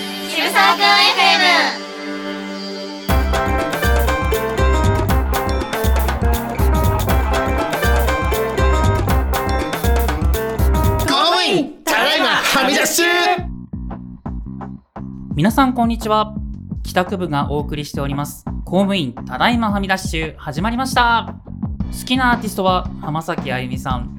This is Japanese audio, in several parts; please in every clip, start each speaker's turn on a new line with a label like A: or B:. A: ーク FM
B: 公務員ただいまはみ出し中
C: 皆さんこんにちは帰宅部がお送りしております公務員ただいまはみ出し中始まりました好きなアーティストは浜崎あゆみさん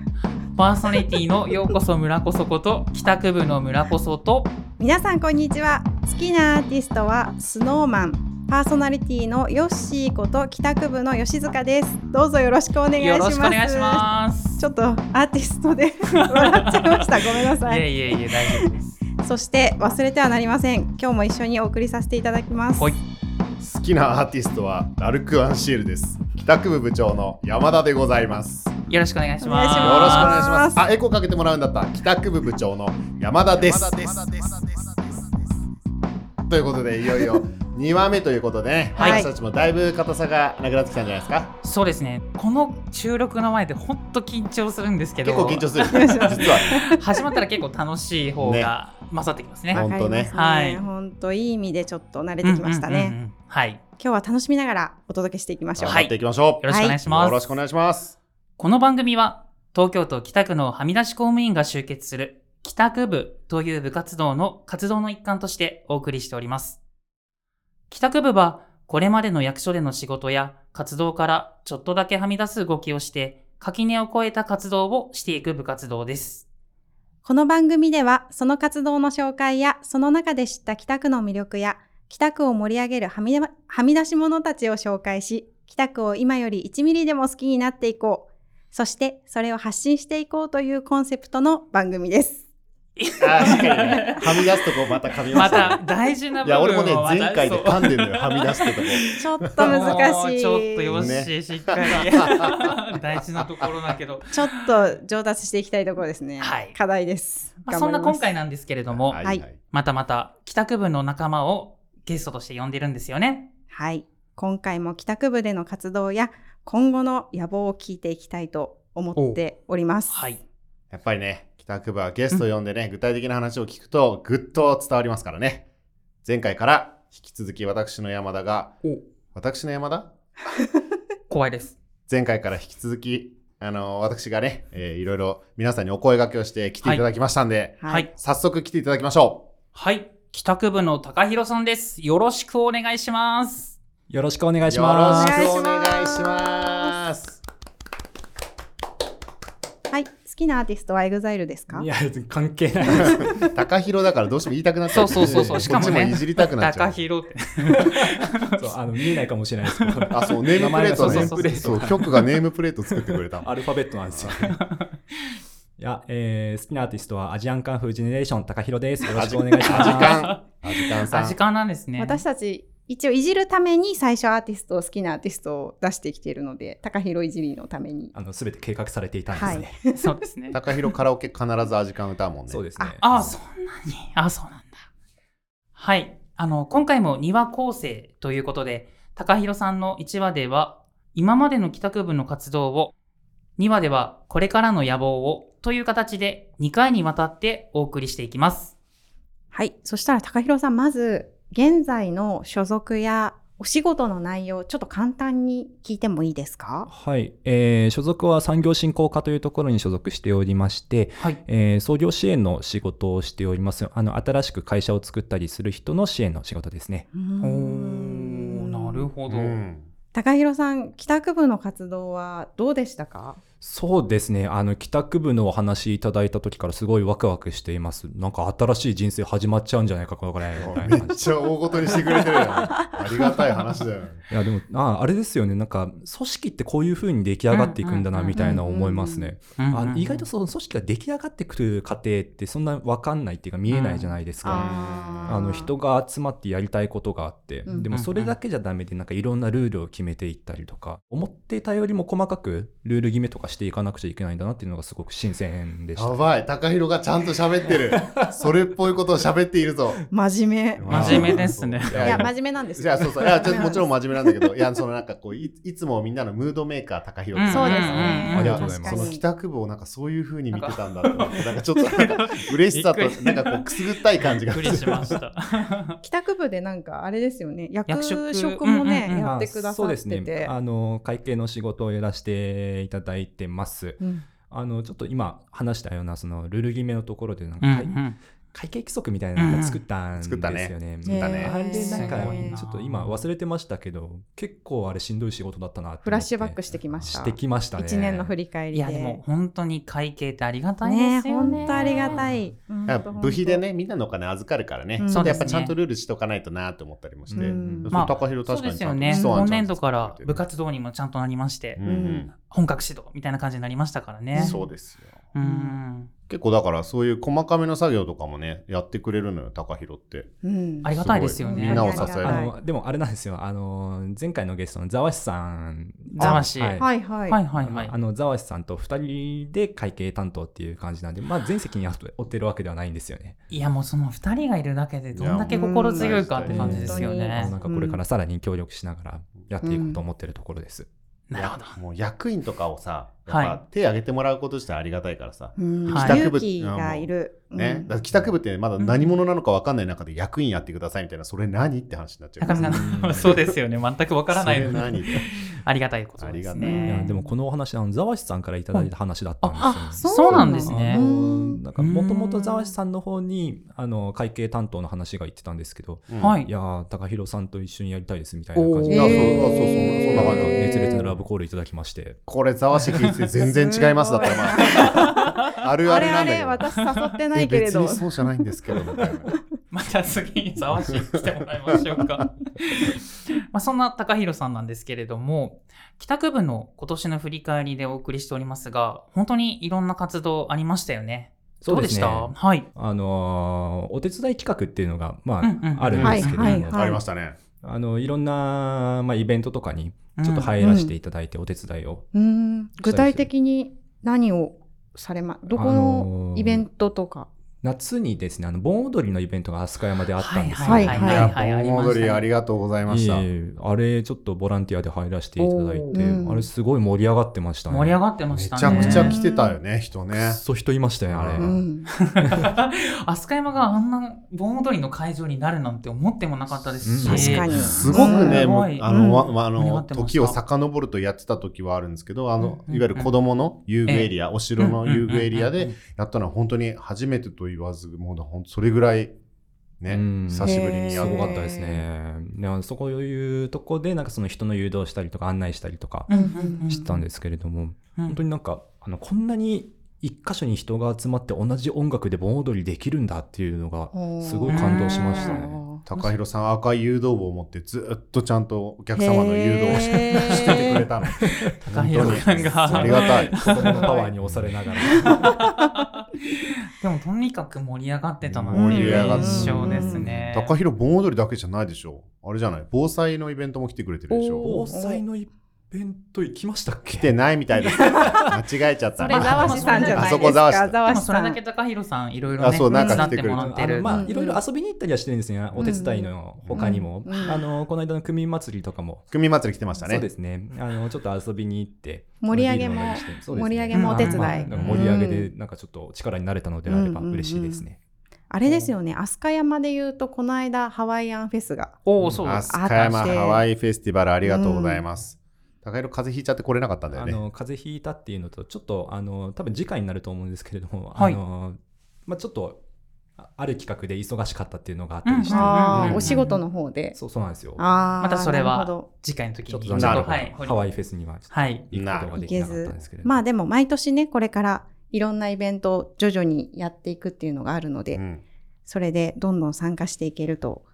C: パーソナリティのようこそ村こそこと帰宅部の村こそと
D: 皆さんこんにちは好きなアーティストはスノーマンパーソナリティのヨッシーこと帰宅部の吉塚ですどうぞよろしくお願いします
C: よろしくお願いします
D: ちょっとアーティストで 笑っちゃいましたごめんなさ
C: い
D: い
C: えいえいえ大丈夫です
D: そして忘れてはなりません今日も一緒にお送りさせていただきます
C: ほい
B: 好きなアーティストはラルク・アンシールです帰宅部部長の山田でございますよ
C: よろしくお願いし
D: お願い
C: ます
D: し
B: ろしくお
D: ま
B: 願い
D: す
B: しますあエコーかけてもらうんだった帰宅部部長の山田ですということでいよいよ2話目ということでね、
D: はい
B: 私たちもだいぶ硬さがなくなってきたんじゃないですか
C: そうですねこの収録の前でほんと緊張するんですけど
B: 結構緊張 する
D: 願いします
B: 実は
C: 始まったら結構楽しい方が勝ってきますね
D: わ
B: ね
D: かりますね
C: はい
D: 本当いい意味でちょっと慣れてきましたね、
C: うんうんうんうんはい
D: 今日は楽しみながらお届けしていきましょう
C: は
B: 頑張っていきましょう、
C: よろしくお願いします、
B: よろしくお願いします
C: この番組は東京都北区のはみ出し公務員が集結する北区部という部活動の活動の一環としてお送りしております。北区部はこれまでの役所での仕事や活動からちょっとだけはみ出す動きをして垣根を越えた活動をしていく部活動です。
D: この番組ではその活動の紹介やその中で知った北区の魅力や北区を盛り上げるはみ出はみ出し者たちを紹介し北区を今より1ミリでも好きになっていこうそしてそれを発信していこうというコンセプトの番組です。
B: あーしっかりねはみ出すとこまた噛みま
C: ま
B: したね
C: た大事ない部分
B: や
C: を
B: 俺もね
C: また
B: 前回
C: そ
B: で
C: う
B: 噛んでるのよはみ出すってとこ
D: ちょっと難しい。
C: もう
D: ち
C: ちょっと
D: ょ
C: よ
D: っ
C: し、しっか り大事なところだけど、
D: と上達していきたいところですね。
C: はい
D: 課題です。
C: まあ、そんな今回
D: の
C: なんですけれども、
B: はいはい
C: またまた帰宅部の仲間をゲストとして呼んでるんですよね。
D: はい。今回も帰宅部での活動や今後の野望を聞いていきたいと思っております。
C: はい。
B: やっぱりね、北区部はゲストを呼んでね、具体的な話を聞くと、ぐっと伝わりますからね。前回から引き続き私の山田が、私の山田
C: 怖いです。
B: 前回から引き続き、あの私がね、えーいろいろ皆さんにお声掛けをして来ていただきましたんで、
C: は
D: はいい。
B: 早速来ていただきましょ
C: はい。帰宅部の高弘さんです。よろしくお願いします。
E: よろしくお願
B: う。
E: いしま
D: し
E: す。
D: く
B: よろしくお
D: お
B: 願
D: 願
B: い
D: い
B: し
D: し
B: ます。
D: はい、好きなアーティストはエグザイルですか
E: い？や、関係ないです。
B: 高弘だからどうしても言いたくなっちゃ。
C: そううそうそうそう。
B: こっち
C: しかもね、
B: いじりたくなっちゃ
C: 高
B: う。
C: 弘って。
E: そうあの見えないかもしれないですけど。
B: あ、そう、ネームプレートね。
E: 名前が
C: そ
E: そうう
C: そう
E: そう
B: そう、局がネームプレート作ってくれた
E: アルファベットなんですよ。いや、えー好きなアーティストはアジアンカンフージェネレーション高弘です。よろしくお願いし
B: アジカン。
E: ま
B: アジカンさ
C: あ、
B: ん
C: 時。間なんですね。
D: 私たち一応いじるために最初アーティストを好きなアーティストを出してきているので、高弘いじりのために
E: す。。あのすべて計画されていたんですね。
C: そうですね。
B: 高弘カラオケ必ず味感歌うもんね。
E: そうですね。
C: あ、そんなに。あ、そうなんだ。はい。あの、今回も2話構成ということで、高弘さんの1話では、今までの帰宅部の活動を、2話ではこれからの野望をという形で2回にわたってお送りしていきます。
D: はい、そしたら高弘さんまず現在の所属やお仕事の内容ちょっと簡単に聞いてもいいですか？
E: はい、えー所属は産業振興課というところに所属しておりまして、
C: はい。
E: えー創業支援の仕事をしております。あの新しく会社を作ったりする人の支援の仕事ですね。
D: お
C: おー、なるほど。
B: うん。
D: 高弘さん、帰宅部の活動はどうでしたか？
E: そうですね。あの、帰宅部のお話いただいた時からすごいワクワクしています。なんか新しい人生始まっちゃうんじゃないか、これ。みたい
B: め
E: な
B: っ
E: 感じ
B: ちゃ大ごとにしてくれてる やん。ありがたい話だよね。
E: いや、でも、ああれですよね。なんか、組織ってこういう風に出来上がっていくんだ
C: う
E: な、
C: んうんうんうん
E: みたいな思いますね。
C: うん
E: あの意外 とその組織が出来上がってくる過程ってそんなわかんないっていうか見えないじゃないですか。
B: あ
E: あの人が集まってやりたいことがあって、
D: うん
E: でもそれだけじゃダメでなんかいろんなルールを決めていったりとか思ってたよりも細かくルール決めとかしていかなくちゃいけないんだなっていうのがすごく新鮮でし
B: や
E: た。
B: ばい、高弘がちゃんと喋ってる。それっぽいことを喋っているぞ。
D: 真面目。
C: 真面目ですね
B: い
D: いや、
B: や
D: 真面目なんです
B: じゃ
D: よ
B: あ。そうそういやちょっともちろん真面目なんだけどいやそのなんかこういいつもみんなのムードメーカー高弘
C: ん
D: そうです
C: うん
D: ね。
E: ありがとうございま
B: そ
E: す
D: 確か
B: の
D: に
B: 帰宅部をなんかそういう風に見てたんだって思ってなんかちょっと なんか嬉しさと
C: びっくり
B: なんかこうくすぐったい感じ
C: びっ
B: が
C: くりしました。
D: 帰宅部でなんかあれですよね役
C: 役職
D: 職もね、
C: うんうんうん
D: やってくださ
E: そう
D: っ
E: で
D: て
E: す
D: て、
E: ね。あの会計の仕事をやらせていただいてます。
D: うん
E: あのちょっと今話したようなそのルール決めのところでなん
C: う
E: か
C: んう
E: 会,、
C: ん
E: 会計規則みたいなのが作ったんですよね。
B: 作ったね
E: あれでなんか
C: すごいな
E: ちょっと今忘れてましたけど結構あれしんどい仕事だったなって思って
D: フラッシュバックしてきました
E: してきましたね
D: 一年の振り返り
C: い
D: で
C: やでも本当に会計ってありがたい
D: ね
C: ですよね。
D: 本当ありがたい、うん
B: やっぱ部費で
D: 本
B: ねみんなのお金預かるからね、
D: うん
B: そ
D: そうう
B: や
C: で
B: っ
C: すね
B: ぱちゃんとルールしとかないとなと思ったりもして、
D: うん
B: そう
C: まあ
B: 高弘
C: そう
B: 確か
C: で
B: に
C: す
B: ちゃ
C: よ
B: んと
C: ね。
B: 基礎はち
C: 今
B: ゃんと
C: 年度
B: 作
C: か
B: ってく
C: ら
B: れてる
C: 部活動にもちゃんとなりまして、
B: う
D: 当
B: ん
C: 本格指導みたいな感じになりましたからね。
B: そうですよ
C: うん。
B: 結構だからそういう細かめの作業とかもねやってくれるのよ高弘って
D: 当うん
C: ありがたいですよ
B: ご
C: ね。
B: いみんなを支え
D: あ
B: る
E: あ
D: はい
E: のでもあれなんですよあの前回のゲストのざわしさん
C: ざわし
E: はい
D: はいは
C: は
D: い、
C: いはいはい
E: あ。のざわしさんと2人で会計担当っていう感じなんで、まあ、全席に追ってるわけではないんですよね。
C: いやもうその二人がいるだけでどんだけ心強いかって感じですよ
D: いや
E: あのな
C: ね
E: ん。かこれからさらに協力しながらやっていこうと思ってるところです。
C: なるほど。
B: もう役員とかをさやっ
C: はい
B: ぱ手挙げてもらうことしてありがたいからさ、
D: うん
B: 帰宅部
D: 勇気がいる、
B: ね、だから帰宅部ってまだ何者なのか分かんない中で役員やってくださいみたいなそれ何って話になっちゃ
C: な
B: うか
C: からなかそうですよね。全くわからない
B: それ何
C: ありがたいことです
B: あ
E: い
B: り
E: や
C: ね。
E: でもこのお話あのざわしさんからいただいた話だったんですよ、ね
C: あそうなんです
E: あ
C: ね。
E: のなんか
C: うん
E: もともとざわしさんの方にあの会計担当の話が言ってたんですけど、
C: はいい
E: いやー、高弘さんと一緒にやりたいですみたいな感じ
D: おー
E: で、
D: あ
E: あ
D: そう
E: そう
D: えー
E: そうそうそんな感じ
D: えー
E: 熱烈なラブコールいただきまして、
B: これざわし聞いて全然違いますだったらま ああるあ
D: あ
B: る
D: れ
B: な
D: あ
B: んだけ
D: れ
B: ど
D: 私誘ってないけれ
B: え
D: ど
B: 別にそうじゃないんですけど みたいな
C: また次にざわしに来てもらいましょうか。まあそんな高弘さんなんですけれども、帰宅部の今年の振り返りでお送りしておりますが、本当にいろんな活動ありましたよね。どうでした
E: そうですね
C: はい。
E: あのーお手伝い企画っていうのが、まあ
C: うんうんうん
E: あるんですけれども、
D: はいいはいはい
B: ありましたね
E: あのいろんな、まあ、イベントとかに
C: うん
E: ちょっと入らせていただいて、お手伝いを、
D: うん具体的に何をされまどこの
E: あのー
D: イベントとか、
E: 夏にですねあの盆踊りのイベントが飛鳥山であったんですよ、
D: はいはい
B: いや
C: はいはい
B: 盆踊りありがとうございました
E: いえいえあれちょっとボランティアで入らせていただいて、
C: お
D: ー
E: あれすごい盛り上がってましたね
C: 盛り上がってま
B: め
C: し
B: ち
C: た
B: ゃ
C: ね。
B: くちゃ来てたよね人
E: くっ
B: ね
E: そ人いましたよねあれ、
B: う
D: うん、
C: 飛鳥山があんな盆踊りの会場になるなんて思ってもなかったですし、
E: うん
D: 確かに
B: すごくね、
C: す
B: も
C: ご
B: う
C: い
B: あの、わ
D: うん
B: まああ
C: 盛り上が
B: の
C: ってまし
B: 時
C: た
B: を遡るとやってた時はあるんですけど、あの、
C: うんうんうん
B: いわゆる子供の遊具エリア、お城の遊具エリア
C: うんうん
B: で
C: うん
B: やったのは本当に初めてと言わず、もうほんとそれぐらいね、
E: うん
B: 久しぶりに
E: す
B: や
E: ご
B: る
E: かったですね。であのそこいうとこでなんかその人の誘導したりとか案内したりとか
C: うんうんうん
E: してたんですけれども、
C: うん
E: 本当になんかあのこんなに一箇所に人が集まって同じ音楽で盆踊りできるんだっていうのがすごい感動しましたね。
B: 高弘さん赤い誘導棒を持ってずっとちゃんとお客様の誘導をし
D: へー
B: して てくれたの。
C: 高弘さん
B: 本当にありが
C: が。
B: たい。
E: 子供のパワーに押されながら。
C: でもとにかく盛り上がってたなって
B: 盛
C: い
B: り上が
C: う
B: って
C: 印象ですね。
B: 高弘盆踊りだけじゃないでしょ。あれじゃない、防災のイベントも来てくれてるでしょ。
E: 防災のイベント行きましたっけ
B: 来てないみたい です。間違えちゃった。
D: それざわしさんじゃないですか。
B: あそこざわしさん
D: ざ
C: で
D: わ
C: も
D: し
C: そ
D: さ
C: れだけ
D: ん。
C: 高弘さんいろいろ
B: あ
C: ね、
B: そうなん
D: か
C: 手
D: 来
B: て
C: 伝
B: くれる
C: ってもら
E: あ
C: って
E: の
C: る。
E: ま
D: う
E: あ
D: ん
E: いろいろ遊びに行ったりはしてるんですね、お手伝いの他にも、
D: うんうん
E: あのこの間の区民祭りとかも、
B: 組祭り来てました
E: そうで
B: ね。
E: すねあのちょっと遊びに行って
D: 盛り上げも
E: ビール飲んだりしてそうですね
D: 盛り上げも
C: お手伝い
E: うんまあなんか盛り上げでなんかちょっと力になれたのであれば
D: うん
E: 嬉しいですね、
D: あれですよね。飛鳥山で言うと、この間ハワイアンフェスが。
C: おお、そうで
B: あ
C: す。
B: すかやま
D: あって
B: ハワイフェスティバルありがとうございます。高弘風邪ひいちゃって来れなかったんだよ
E: あ
B: ね。
E: の風邪ひいたっていうのとちょっとあの多分次回になると思うんですけれども、
C: はい
E: あのまあ、ちょっとあある企画で忙しかったっていうのがあったりして、
C: うん
D: あ
B: うん
D: あ、お仕事の方で。
E: そうそうなんですよ
D: ああ、
C: またそれ
D: な
C: は
D: るほ
C: 次回の時
E: ちょ
C: に
E: っと
C: ちょっ
E: 残念
C: と
E: ながら
C: はい
E: ハワイフェスにはちょっと
C: はい
E: 行くことが
D: ど。い
E: でき
D: け
E: なかったん
D: ず
E: ですけれ。ども
D: まあでも毎年ね、これからいろんなイベントを徐々にやっていくっていうのがあるので、
B: うん
D: それでどんどん参加していけると。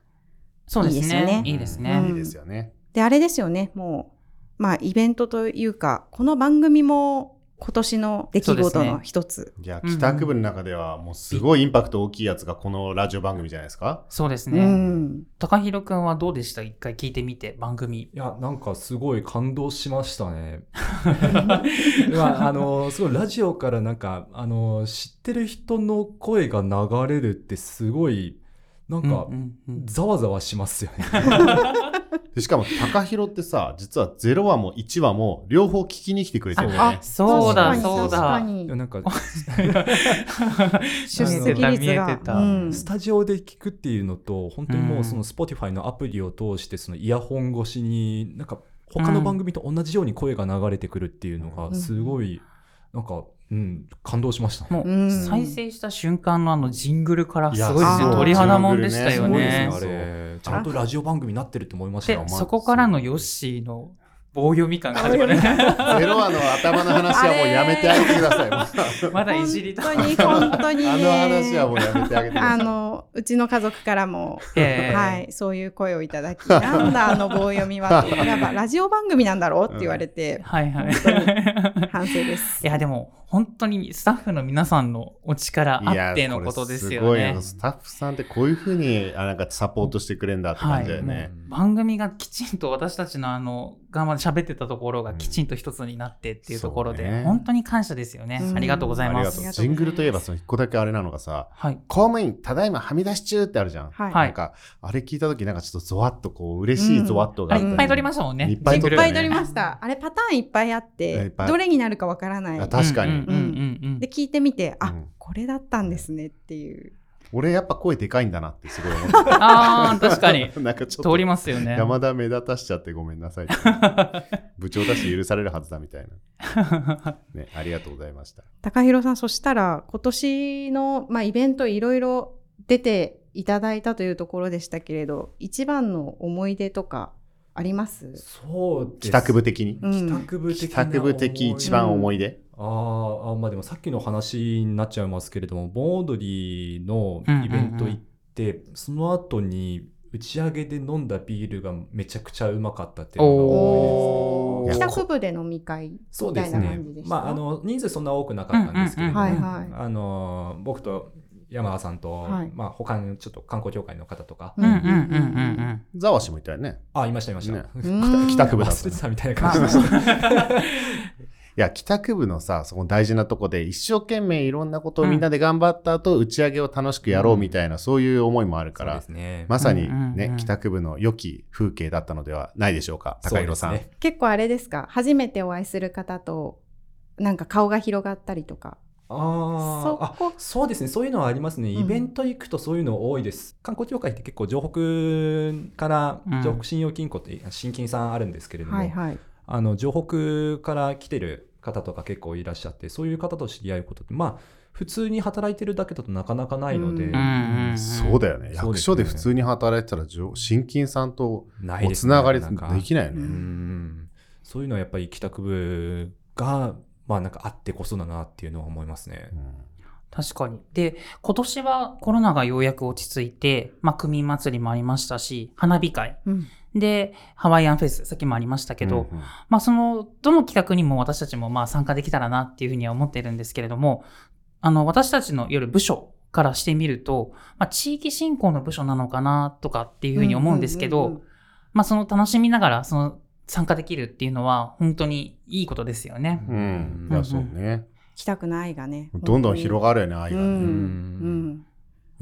C: そうですね。
D: い
C: い
B: いで
C: いですす
B: ね
D: う
B: い
C: ね。
B: いですよね。
D: で、あれですよね。もう、まあイベントというか、この番組も今年の出
C: そう
D: 来
C: です
D: 事
C: ね
D: の一つ。
B: いや、
C: うんうん
B: 帰宅部の中では、もうすごいインパクト大きいやつがこのラジオ番組じゃないですか。
C: そうです
D: う
C: ね。
D: ん。
C: 高弘くんはどうでした一回聞いてみて、番組。
E: いや、なんかすごい感動しましたね。まあ、あの、すごいラジオからなんか、あの、知ってる人の声が流れるってすごい、なんか
C: う、んうんうん
E: ざわざわしますよね。
B: でしかも、高弘ってさ、実は0話も1話も両方聞きに来てくれてるよね。
E: あ
C: そうだ、
D: 確かに
C: そう
D: 確か
C: だ。
D: に
E: いやなんか、
D: 出
E: 席
D: 席率が
C: 見えてた
D: う
C: うん
D: ん
E: スタジオで聞くっていうのと、本当にもうそ
C: うん
E: の Spotify のアプリを通して、そのイヤホン越しに、なんか、他の番組と同じように声が流れてくるっていうの
D: う
E: が、
D: ん
E: すごい、なんか、うん、感動しましたね。
C: も
D: う
C: うん再生した瞬間のあのジングルからすごいです
D: い
C: ね
D: や
C: 鳥肌もんでした
B: だ
C: よ
E: すごいです
C: ね
E: ね、あ。れ。ちゃんとラジオ番組になってると思いました
C: で
E: よ。
C: そこからのヨッシーの棒読み感があるからね。
B: 0話の頭の話はもうやめてあげてくださ い。
C: まだいじりた
D: 本
C: い
D: 当に本当にね
B: あの話はもうやめてあげてください。
D: あのうちの家族からも、
C: ええ
D: はい、そういう声をいただき、なんだあの棒読みはって、やっぱラジオ番組なんだろうって言われて、
C: はいはい。
D: 反省です。
C: いやでも本当にスタッフの皆さんのお力
B: いや
C: あってのことです
B: こ
C: よ
B: れすごい
C: ね
B: な。スタッフさんってこういうふうにあなんかサポートしてくれんだって感じだよね。
C: はい番組がきちんと私たちのあのがまで喋ってたところがきちんと一つになってっていうところで、
B: うんそうね
C: 本当に感謝ですよね、
D: うん
C: ありがとうござい
B: あり
C: ま
B: が
C: す
B: と
D: あり
B: う。
D: がとうございます
B: ジングルといえばその一個だけあれなのがさ、
C: はい
B: 公務員ただいまはみ出し中ってあるじゃん。
D: はい。
C: は
B: なんかあれ聞いた時なんかちょっとゾワッとこう嬉しいゾワッとが
C: あ
B: あ
C: れ
B: った、
C: いっぱい撮りましたもんね
B: いっぱい撮
D: い
B: たよ
D: っぱ
B: ね
D: い撮りました。あれパターンいっぱいあっ
B: いってぱい、
D: どれになるかわからない。
B: あ確かに
C: うんうんうんうん
D: で聞いてみて、
B: う
D: あ
B: ん
D: これだったんですねっていう。
B: 俺やっぱ声でかいんだなってすごい思 った。
C: ああ確かに
B: なんかちょっ
C: 通り
B: と
C: ますよね
B: 山田目立たしちゃってごめんなさい って。部長だし許されるはずだみたいな。ね、ありがとうございました。
D: 高弘さん、そしたら今年のまあイベントいろいろ出ていただいたというところでしたけれど、一番の思い出とかあります？
E: そうです。
B: 帰宅部的に。
D: うん
E: 帰宅部
B: 帰
E: 的な
B: 宅部的一番思い出。
E: あーあ、まあでもさっきの話になっちゃいますけれども、盆踊りのイベント行って、その後に打ち上げで飲んだビールがめちゃくちゃうまかったっていうのが
C: お
E: 思い
B: ー
D: 帰
E: 出ですね。
D: 宅部で飲み会み
E: そうで
D: たい
E: す
D: な
E: ね
D: 感じで。した。
E: まあ、あの、人数そんな多くなかったんですけれども、
D: はいはい。
E: あのー僕と山田さんと、
D: はい
E: まあ他のちょっと観光協会の方とか、
C: うんうんうんうん
B: ザワシもいたよね。
E: あいましたいました、
B: ね
D: うん
B: 帰宅部だった
E: 忘れてたみたいな
C: ま
E: 感じでした、
B: いや、帰宅部のさ、そこの大事なとこで、一生懸命いろんなことをみんなで頑張った後、打ち上げを楽しくやろうみたいな、そういう思いもあるか
E: そう
B: ら
E: で、すね
B: まさに
C: うんうん
B: ね、
C: うん
B: 帰宅部の良き風景だったのではないでしょうか、
E: そう
B: 高
E: で
B: 弘
E: す
B: さん。
E: ね
D: 結構あれですか初めてお会いする方となんか顔が広がったりとか
E: あーあ
D: そこ
E: そうですねそういうのはありますね
D: うん
E: イベント行くとそういうの多いです、観光協会って結構城北から
C: うん
E: 城北信用金庫って信金さんあるんですけれども、
D: はいはい
E: あの城北から来てる方とか結構いらっしゃってそういう方と知り合うことってまあ普通に働いてるだけだとなかなかないので、
D: うん
C: うんん
B: そうだよね。役
E: そうですね
B: 所で普通に働いてたら、じょ新金さんと
E: ない
B: お
E: です
B: つ
E: ね
B: ながりで
E: なかなか
B: きないよね。
D: うん
E: うんそういうのはやっぱり帰宅部が、まあなんかあってこそだなっていうのは思いますね。
C: 確かに。で、今年はコロナがようやく落ち着いて、まあ、区民祭りもありましたし、花火会。
D: うん
C: で、ハワイアンフェス、さっきもありましたけど、
B: うんうん
C: まあ、その、どの企画にも私たちもまあ参加できたらなっていうふうには思ってるんですけれども、あの、私たちの夜部署からしてみると、まあ、地域振興の部署なのかなとかっていうふうに思うんですけど、
D: うんうんうん
C: まあ、その楽しみながら、その、参加できるっていうのは、本当にいいことですよね。
B: うん。い
C: うん
B: や、そうね。
D: 帰宅の愛がね
B: どんどん広
D: が
B: がるよね、愛
D: う
B: が
D: ん
B: ね。
D: うん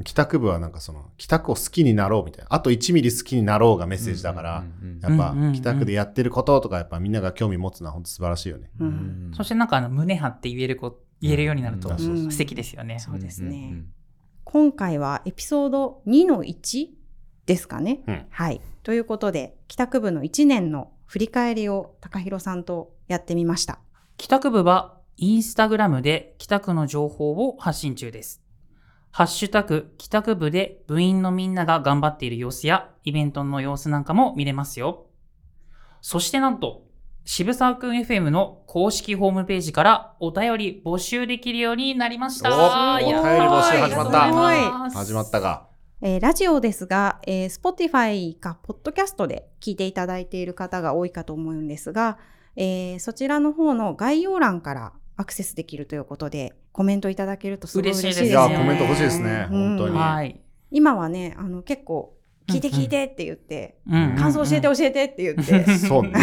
B: 帰宅部はなんかその、帰宅を好きになろうみたいな。あと1ミリ好きになろうがメッセージだから。
E: うん
B: やっぱ
C: うんうんうん
B: 帰宅でやってることとかやっぱみんなが興味持つのは本当素晴らしいよね。
D: う
E: うんん
C: そしてなんかあの胸張って言えるこ言えるようになると
B: うん
D: うん
C: 素敵ですよね。
D: そうですね
E: ん
D: 今回はエピソード2の1ですかね、
B: うん
D: はいということで帰宅部の1年の振り返りを高弘さんとやってみました
C: 帰宅部はインスタグラムで帰宅の情報を発信中です。ハッシュタグ帰宅部で部員のみんなが頑張っている様子やイベントの様子なんかも見れますよ。そしてなんと渋沢くん FM の公式ホームページからお便り募集できるようになりました。
B: おお
C: やった
B: お
C: ー
B: 便り募集始まった
C: ありがとうございます
B: 始まったか。
D: えーラジオですが、えー Spotify か Podcast で聞いていただいている方が多いかと思うんですが、えーそちらの方の概要欄からアクセスできるということで、コメントいただけるとすごい嬉しいです、ね。
C: 嬉
B: い
C: しいで
B: や
C: すね
B: ー、コメント欲しいですね、
D: うん
B: 本当に。
C: はい。
D: 今はね、あの、結構、聞いて
C: うんうん
D: 聞いてって言って、
C: うんうんうん
D: 感想教えて 教えてって言って、
B: そうね。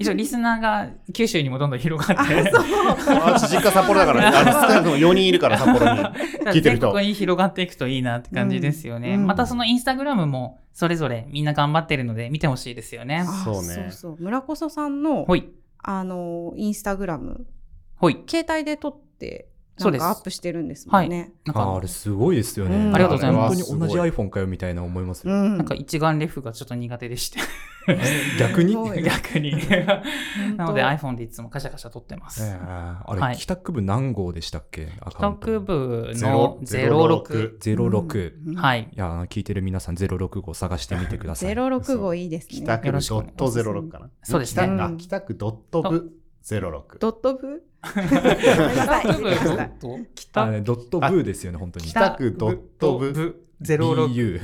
C: 一応リスナーが九州にもどんどん広が
D: あ、
C: って、
D: そう。
B: あ実家札幌だ からね。あの少なくとも4人いるから、札幌に。聞いてる人
C: 全国に広がっていくといいなって感じですよね。
D: うんうん
C: またそのインスタグラムもそれぞれみんな頑張ってるので見てほしいですよね。
D: あ
B: そうね
D: そうそう。村こそさんの、
C: ほい、
D: あの、インスタグラム、
C: ほい。
D: 携帯で撮って、
C: そう
D: な
C: んです
D: かアップしてるんですもんね。
C: なん
E: あーあ
C: か、
E: れすごいですよね、
D: うんありがとうござい
B: ます
E: 本当に同じ iPhone かよみたいな思いますよ、
D: うん。
C: なんか一眼レフがちょっと苦手でして、
E: 逆に
D: すごい
C: 逆に。
D: 本当
C: なので iPhone でいつもカシャカシャ撮ってます。
E: えーあれ、
C: はい
E: 北区部何号でしたっけアカウント
C: 特部の06。
E: 06、
D: うん
C: はい。
E: いやあの聞いてる皆さん06号探してみてください
D: 06号いいですね。
B: 北区ドット06かな。
C: そうですね
B: 北
D: う
B: あ
D: ん
B: 北区ドット部06。
D: ドット部ごめんなさい。
C: 特部
D: 失礼しまし
C: と
E: あ
C: 北
E: のドットブーですよね本当に
B: 北区ドット部
C: 06。
E: BU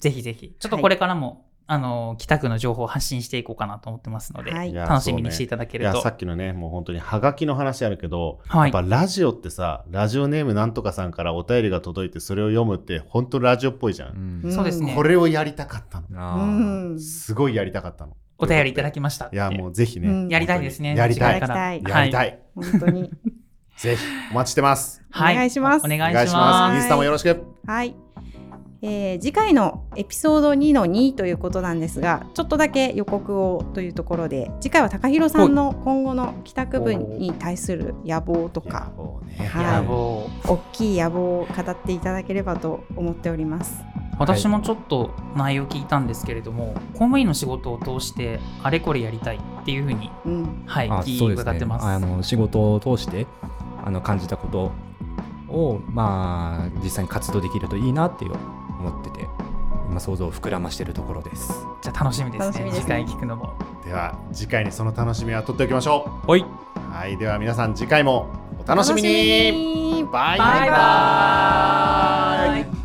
C: ぜひぜひ。ちょっとこれからも、あの、北区の情報を発信していこうかなと思ってますので、
D: たはいい。
B: や
C: 楽しみにしていただけ
B: い
C: る
B: や、
C: と。
B: さっきのね、もう本当にハガキの話あるけど、
C: は
B: や
C: い
B: っぱラジオってさ、ラジオネームなんとかさんからお便りが届いて、それを読むって、本当ラジオっぽいじゃん。
E: ん
C: そうですね
B: これをやりたかったの。
E: あ
D: う
E: ー
D: ん。
B: すごいやりたかったの。
C: お便りいただきました。
B: いや、もうぜひね、
D: うん
C: やりたいですね。
B: やりたい
C: 次回から
D: やり
B: やりた
C: はい。
B: い。
D: 本当に。
B: ぜひ、お待ちしてます。
C: は
D: お願いします
C: お願いし
B: イ
C: ま
B: ン
C: す。
B: スタもよろしく。
D: はい。えー次回のエピソード2の2ということなんですがちょっとだけ予告をというところで次回は高弘さんの今後の帰宅部に対する野望とか
B: もうね
D: はい
C: やもう
D: 大きい野望を語っていただければと思っております。
C: 私もちょっと内容聞いたんですけれども、公務員の仕事を通してあれこれやりたいっていうふうに、
D: うん、
C: はい、
E: あそう
C: 聞い
E: です
C: 伺っ
E: ね
C: てます。
E: あの仕事を通してあの感じたことをまあ実際に活動できるといいなっていう思ってて今想像を膨らましてるところです
C: じゃあ楽しみです
D: 楽し
C: ね。
D: みですね
C: 次回聞くのも。
B: では、次回にその楽しみは取っておきましょ
E: はい。
B: う。はい、では皆さん次回もお楽しみに
D: お楽しみに
B: バイ
D: バイ
B: バイ